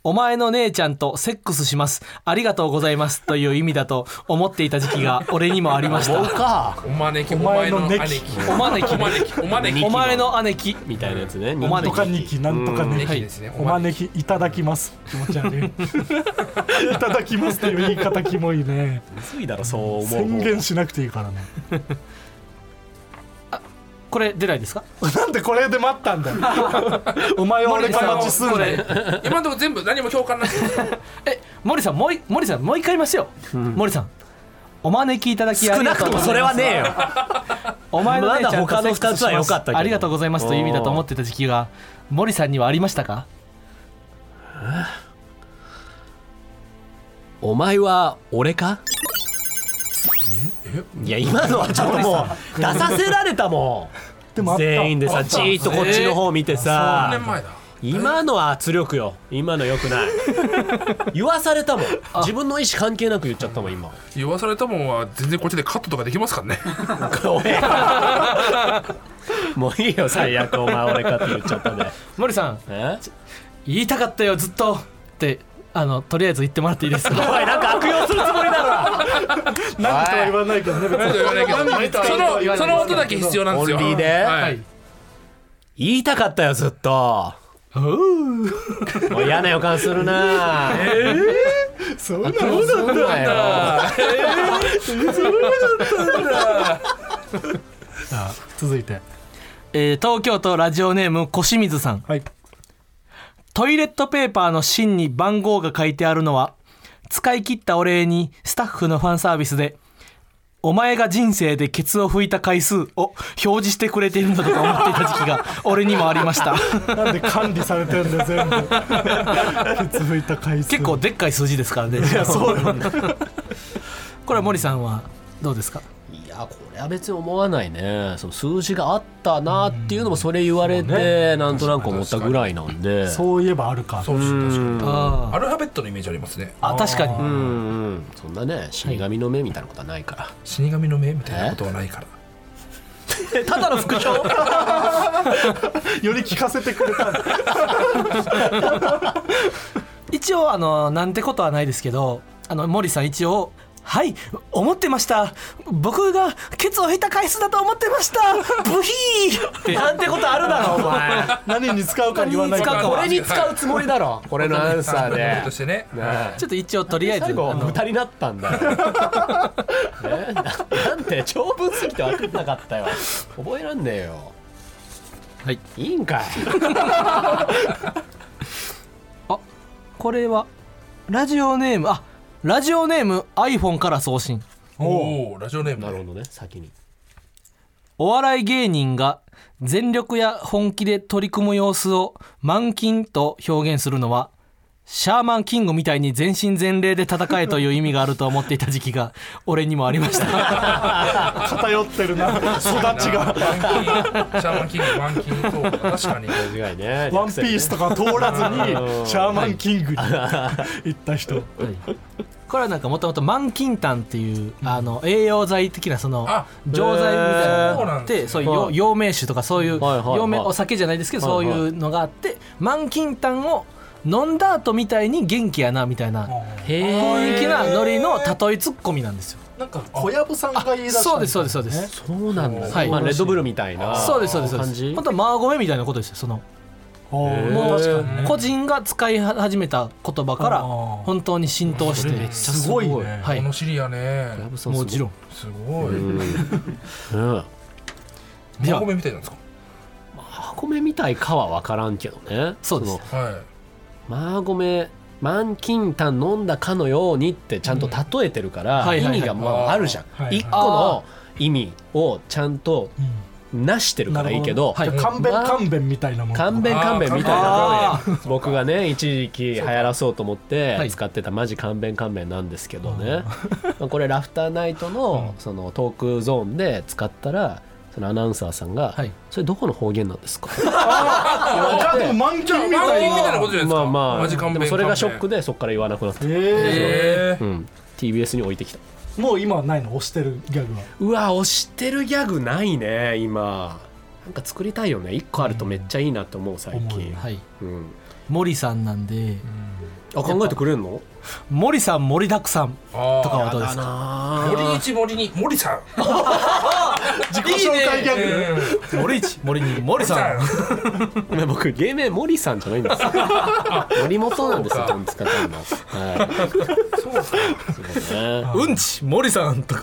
お前の姉ちゃんとセックスしますありがとうございますという意味だと思っていた時期が俺にもあり ましたかお招きお前前ののネキ姉貴お招きお招きお招きお前の姉貴みたいなやつね。おなん招ときかにきなんとかにうんきネキですねお招きいただきます気持ち 悪いいただきますっていう言い方キモいねついだろ、そう思う宣方。言しなくていいからねこれ出ないですかなんでこれで待った んだよお前は俺から待ちすんこなれよ今のところ全部何も共感なしえ森さんもうい森さんもう一回言いますよ、森さんお招きいただきあ少りながとくうとごもざそいれまはすねえよ。お前の姉ちゃんとセックスしまだ他の二つは良かったけどありがとうございますという意味だと思ってた時期が森さんにはありましたかお前は俺かいや今のはちょっともう出させられたもでもあんった全員でさじーっとこっちの方見て3さ年前だ今のは圧力よ今のよく ない言わされたもん自分の意思関係なく言っちゃったもん今言わされたもんは全然こっちでカットとかできます からねおい もういいよ最悪お前俺かって言っちゃったね森さんえ言いたかったよずっとってあのとりあえず言ってもらっていいです おいかなんか悪用するつもりだ何とは言わないけどね別何とは言わないけどそのその音だけ必要なんろでオすンリよーで、はい言いたかったよずっ ともう嫌な予感するなにそうなのそうなんだよ続いてえー東京都ラジオネーム小清水さんはいトイレットペーパーの芯に番号が書いてあるのは使い切ったお礼にスタッフのファンサービスで「お前が人生でケツを拭いた回数」を表示してくれているのだと思っていた時期が俺にもありました なんで管理されてるんだよ全部血吹いた回数結構でっかい数字ですからねそうよ これは森さんはどうですかいやこれは別に思わないねその数字があったなっていうのもそれ言われて、なんとなく思ったぐらいなんでそういえばあるかそうです確かあにアルファベットのイメージありますねあ確かにうんうんそんなね死神の目みたいなことはないから、死神の目みたいなことはないからただの副賞 より聞かせてくれたんだ 一応あのなんてことはないですけどあの森さん一応はい思ってました僕がケツを下た回数だと思ってましたブヒーってなんてことあるだろうお前何に使うか言わないか何に使うからこはれに使うつもりだろこれのアンサーで としてねねちょっと一応とりあえず最後あの豚になったんだよ、ね、ななんて長文すぎて分かんなかったよ覚えらんねえよはいいいんかいこれはラジオネームあラジオネーム iPhone から送信おおラジオネームなだるほどね先にお笑い芸人が全力や本気で取り組む様子を満勤と表現するのはシャーマンキングみたいに全身全霊で戦えという意味があると思っていた時期 が俺にもありました偏ってるな育ちがワンキンシャーマンキングワンキングそう確かに違いねワンピースとか通らずにシャーマンキン グに行った人これはなんかもともと満勤炭っていうあの栄養剤的なそのあ錠剤みたいなのがあっへてーそういうは陽い陽明酒とかそういうはいはいはい陽明お酒じゃないですけどそはういはいいうのがあって満勤炭を飲んだ後みたいに元気やなみたいな本気なノリの例えツッコミなんですよなんか小籔さんが言い出したそうですそうですそうですそうなんだ、はいまあ、レッドブルみたいなそうですそうですそう感ですじ本当はマーゴメみたいなことですよそのもう確個人が使い始めた言葉からあー本当に浸透してすごいねはいこのシリアねもちろんすごいうんではマコメみたいなんです箱目みたいかは分からんけどねそうですのかはいマーゴメ満金炭飲んだかのようにってちゃんと例えてるから、うんはいはい意はい味がまああるじゃん、はいはい一個の意味をちゃんとなしてるからいいけどなるほどね勘弁勘弁みたいなもん勘弁勘弁みたいあな僕がね一時期流行らそうと思っはてい使ってたマジ勘弁勘弁なんですけどねまあこれラフターナイトのそのトークゾーンで使ったらそのアナウンサーさんがはい「それどこの方言なんですか?」あじゃあでも満金みマコたメいみたいななことじゃないですかまあまマあジで勘弁もそれがショックででそこから言わなくなった、ええうーん、TBS に置いてきたーもう今はないの押してるギャグはうわ押してるギャグないね今なんか作りたいよね一個あるとめっちゃいいなと思う最思う近よはいうん森さんなんであ考えてくれんの森さん盛りだくさんあとかはどうですか森一森に森さん自己紹介ギャグ森一森二森さんごめん 僕芸名森さんじゃないん ですよ森本なんですよそどん使ってんのはいそうかうんち森さんとか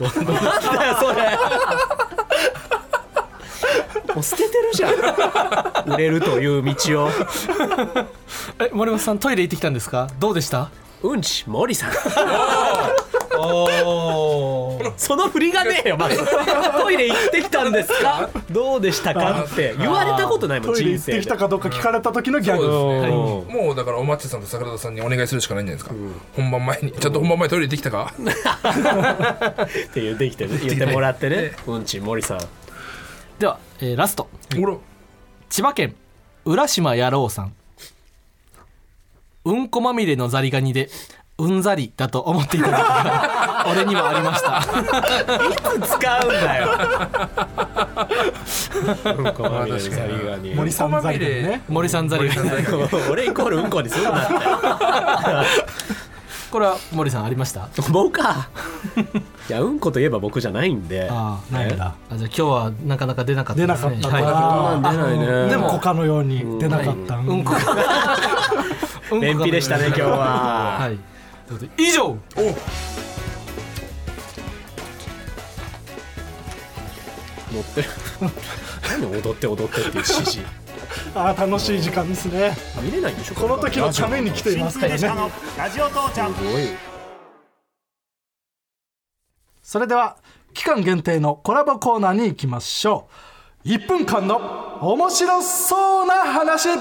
もう捨ててるじゃん 売れるという道をえ森本さんトイレ行ってきたんですかどうでしたうんち森さんおーその振りがねえよまずトイレ行ってきたんですかどうでしたかって言われたことないもんトイレ人行って生できたかどうか聞かれた時のギャグそうですねうんもうだからおまっちさんと桜田さんにお願いするしかないんじゃないですか、本番前にちゃんと本番前トイレできたかって言ってきてね言ってもらってねうんち森さんでは、えーラストほら千葉県浦島野郎さんうんこまみれのザリガニでうんざりだと思っていた時が 俺にもありました使うんだようんこ確かにまみれのザリガニ森さんザリガニね森さんザリガニ俺イコールうんこにするなってこれは森さんありました僕かいやうんこといえば僕じゃないんであーないんだあじゃあ今日はなかなか出なかった出でなすかねったあんま出ないねででもも他のように出なかったはい、うんこうんこが 便秘でしたね今日ははいということで以上乗ってる 何踊って踊ってっていう指示あー楽しい時間ですね見れないんでしょこの時のために来ていますからねラジオ父ちゃんすごいそれでは期間限定のコラボコーナーに行きましょう1分間の面白そうな話はい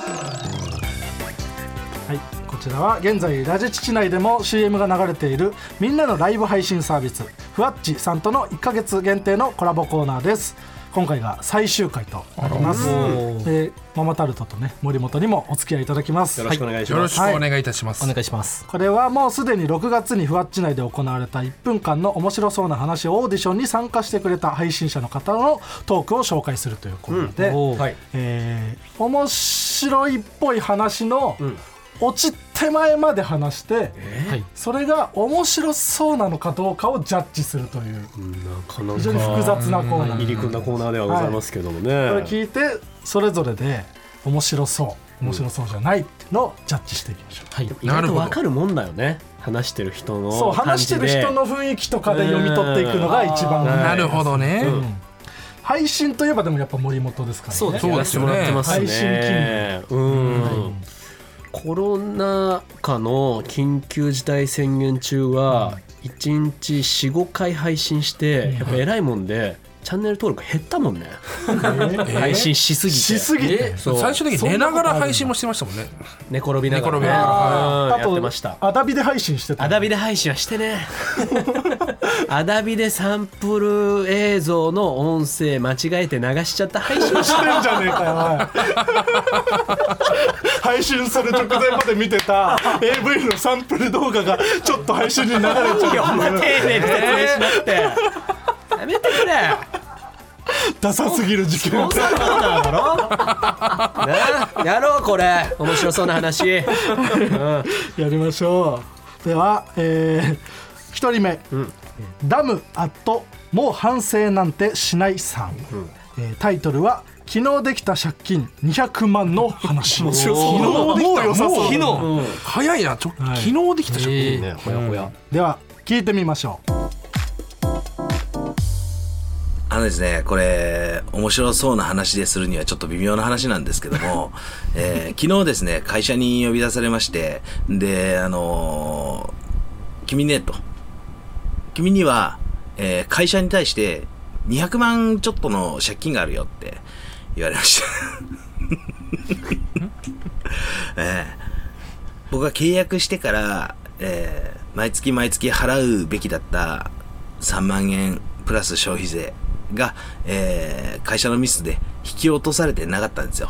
こちらは現在ラジチチ内でも CM が流れているみんなのライブ配信サービスふわっちさんとの1ヶ月限定のコラボコーナーです今回が最終回となります、えーママタルトとね森本にもお付き合いいただきますよろしくお願いしよまろすしくお願いいたします、お願いしますこれはもうすでに6月にふわっち内で行われた1分間の面白そうな話をオーディションに参加してくれた配信者の方のトークを紹介するというコーナーで、おーはいえー面白いっぽい話の落ち手前まで話して、はいそれが面白そうなのかどうかをジャッジするというなかな非常に複か雑なコーナー入り組んだコーナーではございますけどもね、これ聞いてそれぞれで面白そう面白そうじゃないっていうのをジャッジしていきましょう。はい意外とわかるもんだよね話してる人のそう感話しじてでる人の雰囲気とかで読み取っていくのが一番うんなるほどね、配信といえばでもやっぱ森本ですからねそうですそうやでらすせてよもらってねます配信ねうん、コロナ禍の緊急事態宣言中は1日45回配信してやっぱ偉いもんでチャンネル登録減ったもんね、配信しすぎてしすぎてそう最終的に寝ながら配信もしてましたもんね寝転びなが寝転らびながうんあやってとましたアダビで配信してたアダビで配信はしてねアダビでサンプル映像の音声間違えて流しちゃった配信はししてんじゃねえかよおい 配信する直前まで見てた AV のサンプル動画がちょっと配信に流れちいやゃおう前丁寧に説明しなくてやめてくれダサすぎる事件だろなやろうこれ面白そうな話やりましょうでは、えー、1人目、ダムアットもう反省なんてしないさん、えータイトルは「昨日できた借金200万の話」昨日できたもう良さそうもう早いなちょ、い昨日できたじゃん、えーねほやほやでは聞いてみましょうあのですね、これ、面白そうな話でするにはちょっと微妙な話なんですけども、えー昨日ですね、会社に呼び出されまして、で、あのー君ね、と。君には、えー会社に対して200万ちょっとの借金があるよって言われました。えー僕は契約してから、えー毎月毎月払うべきだった3万円プラス消費税が、えー会社のミスで引き落とされてなかったんですよ。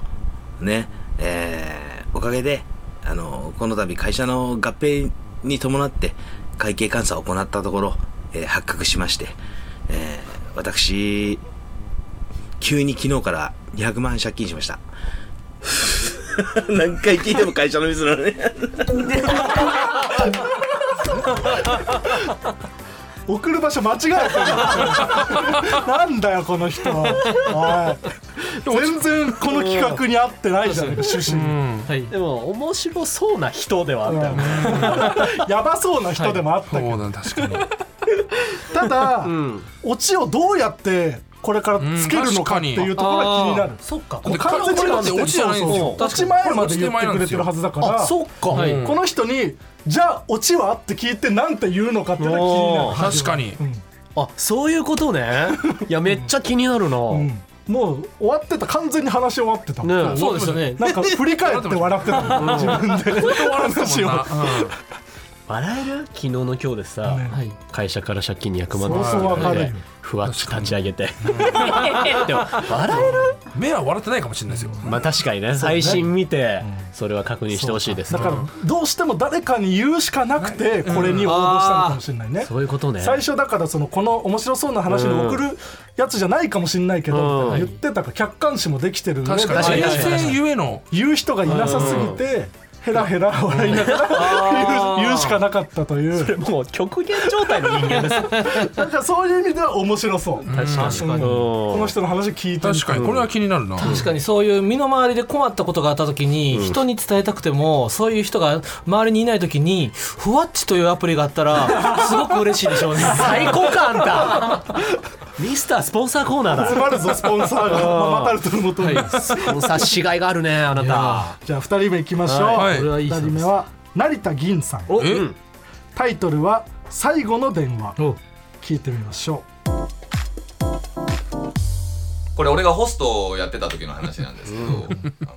ね。えーおかげで、あの、この度会社の合併に伴って会計監査を行ったところ、えー発覚しまして、えー私、急に昨日から200万借金しました。 何回聞いても会社のミスなのね。送る場所間違えてる なんだよこの人おい全然この企画に合ってないじゃん趣旨にはいでも面白そうな人ではあったよね、やばそうな人でもあったけど、そうなん確かにただ、オチをどうやってこれからつけるのかっていうところが気になる、そっかで完全にこ落れだってちてるオチじゃないんですよそうそう落ち前まで言ってこれ落ちて前なくんれですてよるはずだからあそっか、はいこの人にじゃあオチはって聞いてなんて言うのかっていうのが気になる確かにあそういうことねいやめっちゃ気になるな、うんもう終わってた完全に話終わってた、ねえそうですよねなんか振り返って笑ってた自分で話を笑える昨日の今日でさ、ねはい会社から借金200万そうそうわかるよふわっと立ち上げて でも笑える目は笑ってないかもしれないですよまあ確かにね最新見てそれは確認してほしいですだねからどうしても誰かに言うしかなくてこれに応募したのかもしれないねそういうことね最初だからそのこの面白そうな話に送るやつじゃないかもしれないけどうん言ってたから客観視もできてる上確でかに確優かに先ゆえの言う人がいなさすぎてヘラヘラ笑いながら言う言うしかなかったというもう極限状態の人間です なんかそういう意味では面白そう確かうんこの人の話聞いてみて確かにこれは気になるな確かにそういう身の回りで困ったことがあった時に人に伝えたくてもそういう人が周りにいない時にふわっちというアプリがあったらすごく嬉しいでしょうね最高かあんたミスタースポンサーコーナーだ集まるぞスポンサーがママタルトのもとにスポンサーしがいがあるねあなたじゃあ2人目いきましょうはいこれはいい2人目は成田銀さんおえうんタイトルは「最後の電話」聞いてみましょこれ俺がホストをやってた時の話なんですけど、あの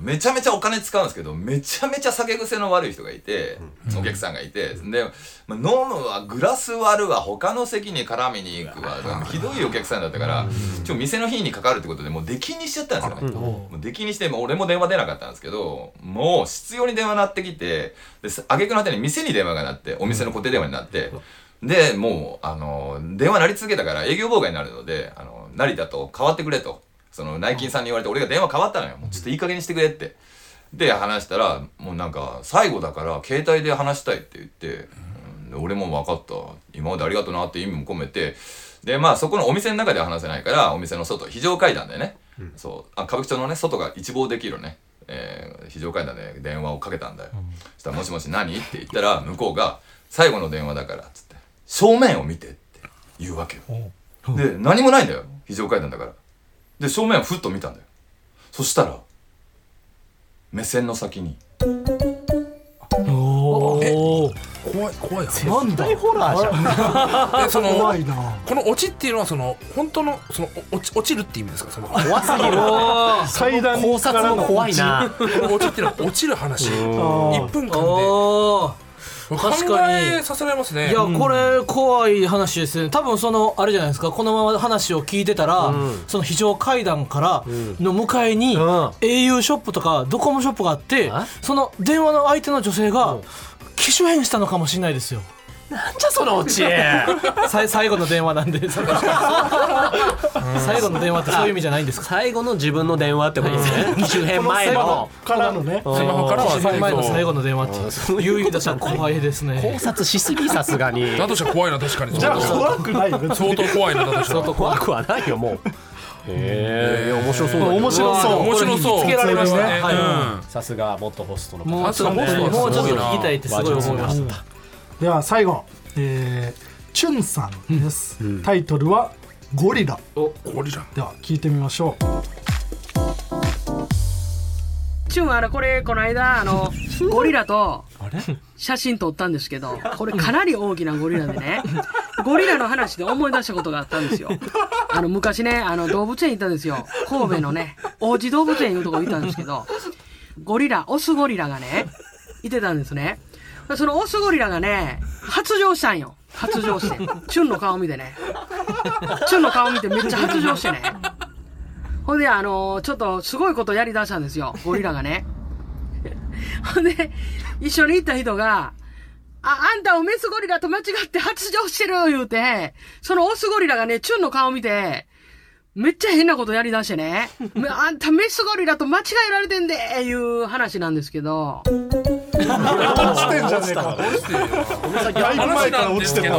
めちゃめちゃお金使うんですけどめちゃめちゃ酒癖の悪い人がいて、お客さんがいてで、まあ飲むわグラス割るわ他の席に絡みに行くわひどいお客さんだったからちょ店の日にかかるってことでもう出禁にしちゃったんですよね、もう出禁にしてもう俺も電話出なかったんですけどもう必要に電話鳴ってきてでさ挙句の果てに店に電話が鳴ってお店の固定電話になって。でもうあの電話鳴り続けたから営業妨害になるのであの成田と変わってくれとその内勤さんに言われて俺が電話変わったのよもうちょっといい加減にしてくれってで話したらもうなんか最後だから携帯で話したいって言って、うんで俺も分かった今までありがとなって意味も込めてでまあそこのお店の中では話せないからお店の外非常階段でね、そうあ歌舞伎町のね外が一望できるね、えー非常階段で電話をかけたんだよ、そしたら「もしもし何?」って言ったら向こうが「最後の電話だから」っつって「正面を見て」って言うわけよで何もないんだよ非常階段だからで正面をふっと見たんだよそしたら目線の先に怖い怖い話うなんだホラーじゃんえその怖いなこの落ちっていうのはその本当のそのお落ち落ちるって意味ですかそのこ怖すぎる階段考察も怖いなの落ちっていうのは落ちる話あ1分間でおー確考かにえさせられますねいやこれ怖い話ですね多分そのあれじゃないですかこのまま話を聞いてたら、その非常階段からの向かいに、ん au ショップとかドコモショップがあってあその電話の相手の女性が機種変したのかもしれないですよなんじゃそのうち さい最後の電話なんで最後の電話ってそういう意味じゃないんですか最後の自分の電話ってことですね周辺前のからのねスマホからは一番前の最後だの電話っていう意味だったら怖いです考ね察しすぎさすがにとしたら怖いな確かにじゃあ相当怖くない よ別に相当怖いなだとしたら相当怖い怖くはないよもうへえ面白そうだけど面白そう面白そうこれ見つけられましたねはいはさすが元ホストの方もうちょっとねもうちょっと聞きたいってすごい思いましたでは最後えーチュンさんですタイトルは「ゴリラゴリラ」では聞いてみましょうチュン、あの、これ、この間、あの、ゴリラと、写真撮ったんですけど、これかなり大きなゴリラでね、ゴリラの話で思い出したことがあったんですよ。あの、昔ね、あの、動物園行ったんですよ。神戸のね、王子動物園いうとこ行ったんですけど、ゴリラ、オスゴリラがね、いてたんですね。そのオスゴリラがね、発情したんよ。発情して。チュンの顔見てね。チュンの顔見てめっちゃ発情してね。ほんで、あのーちょっとすごいことやりだしたんですよ、ゴリラがね。ほんで、一緒に行った人が、あ、あんたをメスゴリラと間違って発情してる言うて、そのオスゴリラがね、チュンの顔見て、めっちゃ変なことやりだしてね。めあんたメスゴリラと間違えられてんでいう話なんですけど。落ちてんじゃねえかだいぶ前から落ちてる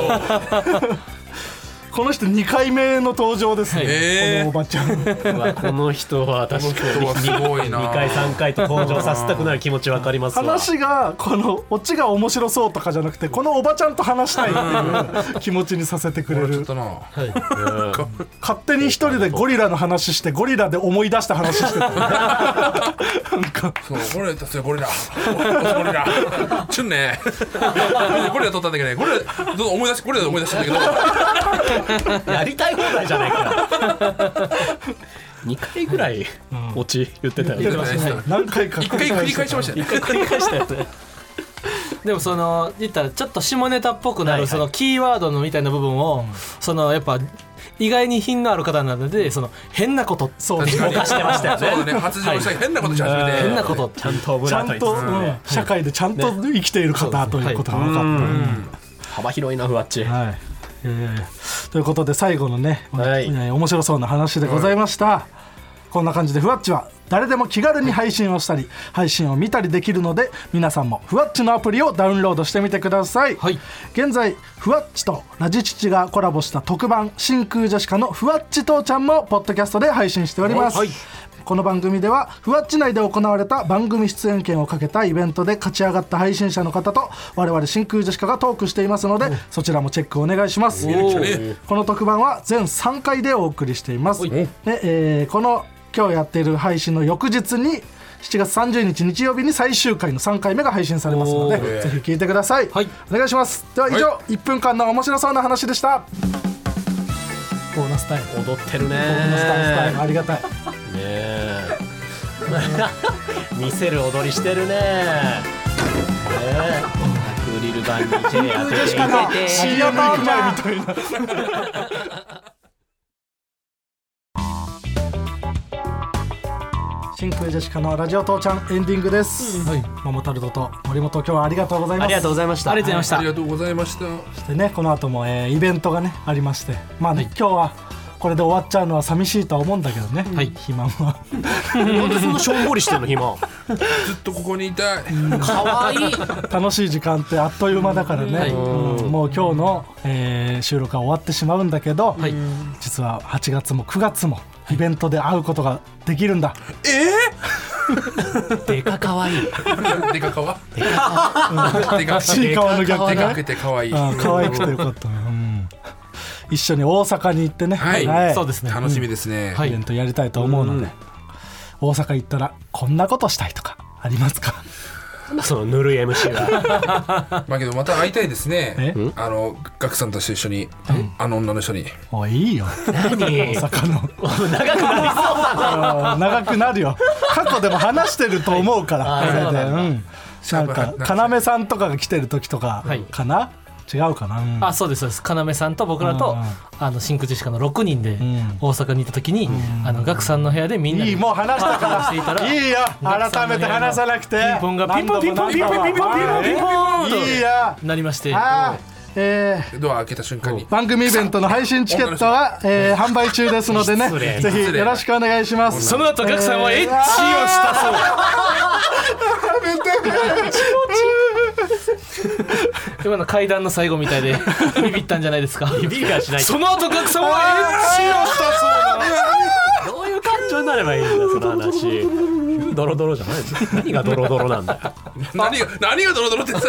この人2回目の登場ですね、えこーのおばちゃんうわこの人は確かにこの人はすごいな2回3回と登場させたくなる気持ちわかりますわ話がこのオチが面白そうとかじゃなくてこのおばちゃんと話したいっていう気持ちにさせてくれ る勝手に一人でゴリラの話してゴリラで思い出した話してたそうゴリラですよゴリラゴリラチュンねゴリラ撮ったんだけどねゴリラどうぞ思い出しゴリラで思い出したんだやりたい放題じゃないか2回ぐらいオチ言ってたよね言ってました ね何回か一回繰り返しましたね一回繰り返したよねでもその言ったらちょっと下ネタっぽくなるそのキーワードのみたいな部分をそのやっぱ意外に品のある方なのでその変なことそうけど犯してましたよねそうだね発情したり変なことし始めて変なことちゃんとオブちゃラんーと、トうにん社会でちゃんと生きている方ということが分かった、幅広いなふわっちはいえーということで最後のね、はいえー面白そうな話でございました、こんな感じでふわっちは誰でも気軽に配信をしたり配信を見たりできるので皆さんもふわっちのアプリをダウンロードしてみてください、現在ふわっちとラジチチがコラボした特番「真空ジェシカのふわっち父ちゃん」もポッドキャストで配信しております、この番組ではふわっち内で行われた番組出演権をかけたイベントで勝ち上がった配信者の方と我々真空ジェシカがトークしていますのでそちらもチェックお願いしますこの特番は全3回でお送りしていますで、えーこの今日やっている配信の翌日に7月30日日曜日に最終回の3回目が配信されますのでぜひ聞いてください、お願いしますでは以上、1分間の面白そうな話でしたボーナスタイム踊ってるねボーナスタイムありがたいねえ 見せる踊りしてるねねえアクリル板に手当てての CM 行く前みたいな 真空ジェシカのラジオ父ちゃんエンディングです、はい、桃太郎と森本今日はありがとうございますありがとうございましたありがとうござあいりましがとうございましたそしてねこの後も、えーイベントがねありましてまあね、今日はこれで終わっちゃうのは寂しいとは思うんだけどね、はい暇はなんでそんなしょんぼりしてんの暇ずっとここにいたいかわいい楽しい時間ってあっという間だからね、はいうんもう今日の、えー収録は終わってしまうんだけど、実は8月も9月もイベントで会うことができるんだ、でかかわいいでかかわでかしい顔のギャップでねかくてかわいいうん可愛くてよかった、うん一緒に大阪に行ってね、はいそうですね楽しみですねイベントやりたいと思うので、大阪行ったらこんなことしたいとかありますか そのぬるい MC がまあけどまた会いたいですねえあのガクさんたちと一緒にあの女の人にもういいよ何大阪の長くなるよ過去でも話してると思うから、それでうんなんか要さんとかが来てる時とかかな、違うかな、うんあそうですそうです要さんと僕らうとんうんあの真空ジェシカの6人でん大阪に行った時にあのガクさんの部屋でみんないいもう話した話していたかららいいよ改めて話さなくてピンポンがピンポンピンポンピンポンピンポンピンポンピンポンといいやなりましてあーえードア開けた瞬間に番組イベントの配信チケットは、えー販売中ですのでね失礼ぜひよろしくお願いしますその後ガクさんはエッチをしたそう今の階段の最後みた いでビビったんじゃないですかビーガーしないとその後ガクさんはエッチをしたどういう感情になればいいんだその話ドロドロじゃない何がドロドロ なんだよ 何が何がドロドロってさ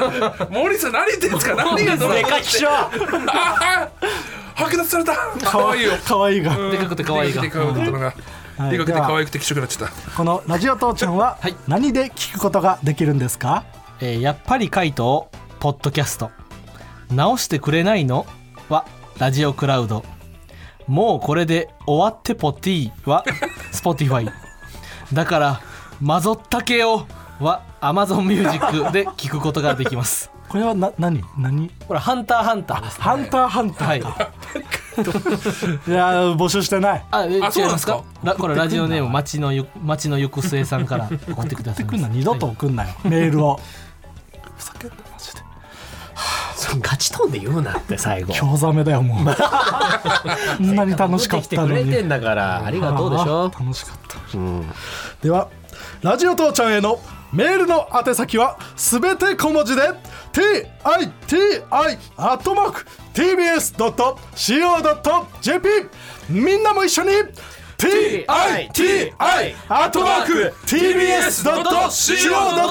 森さん何言ってんですか何がドロドロでってかいっしょ ああ剥奪された可愛いよ可愛いが、でかくて可愛いがでかくて可愛いがはいでかくてでは可愛くて気色になっちゃったこの「ラジオ父ちゃん」ははい何で聞くことができるんですか、えーやっぱりカイトをポッドキャスト直してくれないのはラジオクラウドもうこれで終わってポティ はスポティファイだからマゾったけよはアマゾンミュージックで聞くことができますこれはな何何これハンターハンターですねハンターハンター、、はいいやー募集してないあ、えあそうなんですか違いまラこれラジオネーム町のゆ町のゆくすえさんから 送ってください送んな二度とはい送んなよ、メールをふざけんなマジではあ勝ちとんで言うなって最後興ざめだよもうこんなに楽しかったの持ってきてくにれてんだからありがとうでしょあー楽しかった、ではラジオ父ちゃんへのメールの宛先はすべて小文字で TITI アットマーク TBS.CO.JP みんなも一緒に TITI アットマーク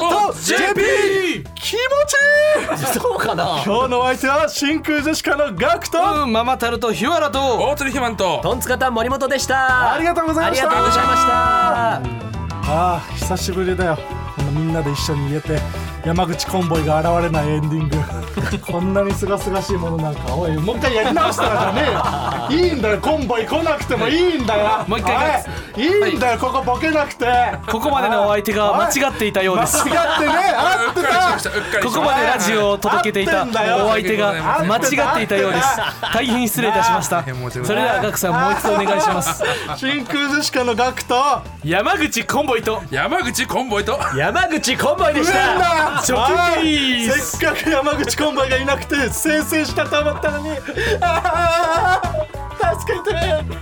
TBS.CO.JP 気持ちいいそうかな今日のお相手は真空ジェシカのガクと、ママタルとヒワラと大鶴ひまんとトンツカタン森本でしたありがとうございましたありがとうございましたああ久しぶりだよこのみんなで一緒に言えて山口コンボイが現れないエンディング こんなにすがすがしいものなんかおいもう一回やり直したらじゃねえよいいんだよコンボイ来なくてもいいんだよもう一回おいいいんだよここボケなくてここまでのお相手が間違っていたようです間違ってね合ってたここまでラジオを届けていたお相手が間違っていたようです大変失礼いたしましたそれではガクさんもう一度お願いします真空ジェシカのガクと山口コンボイと山口コンボイと山口コンボイでしごめんたな初は期いせっかく山口コンボイがいなくて生成したと思ったのにああ助けて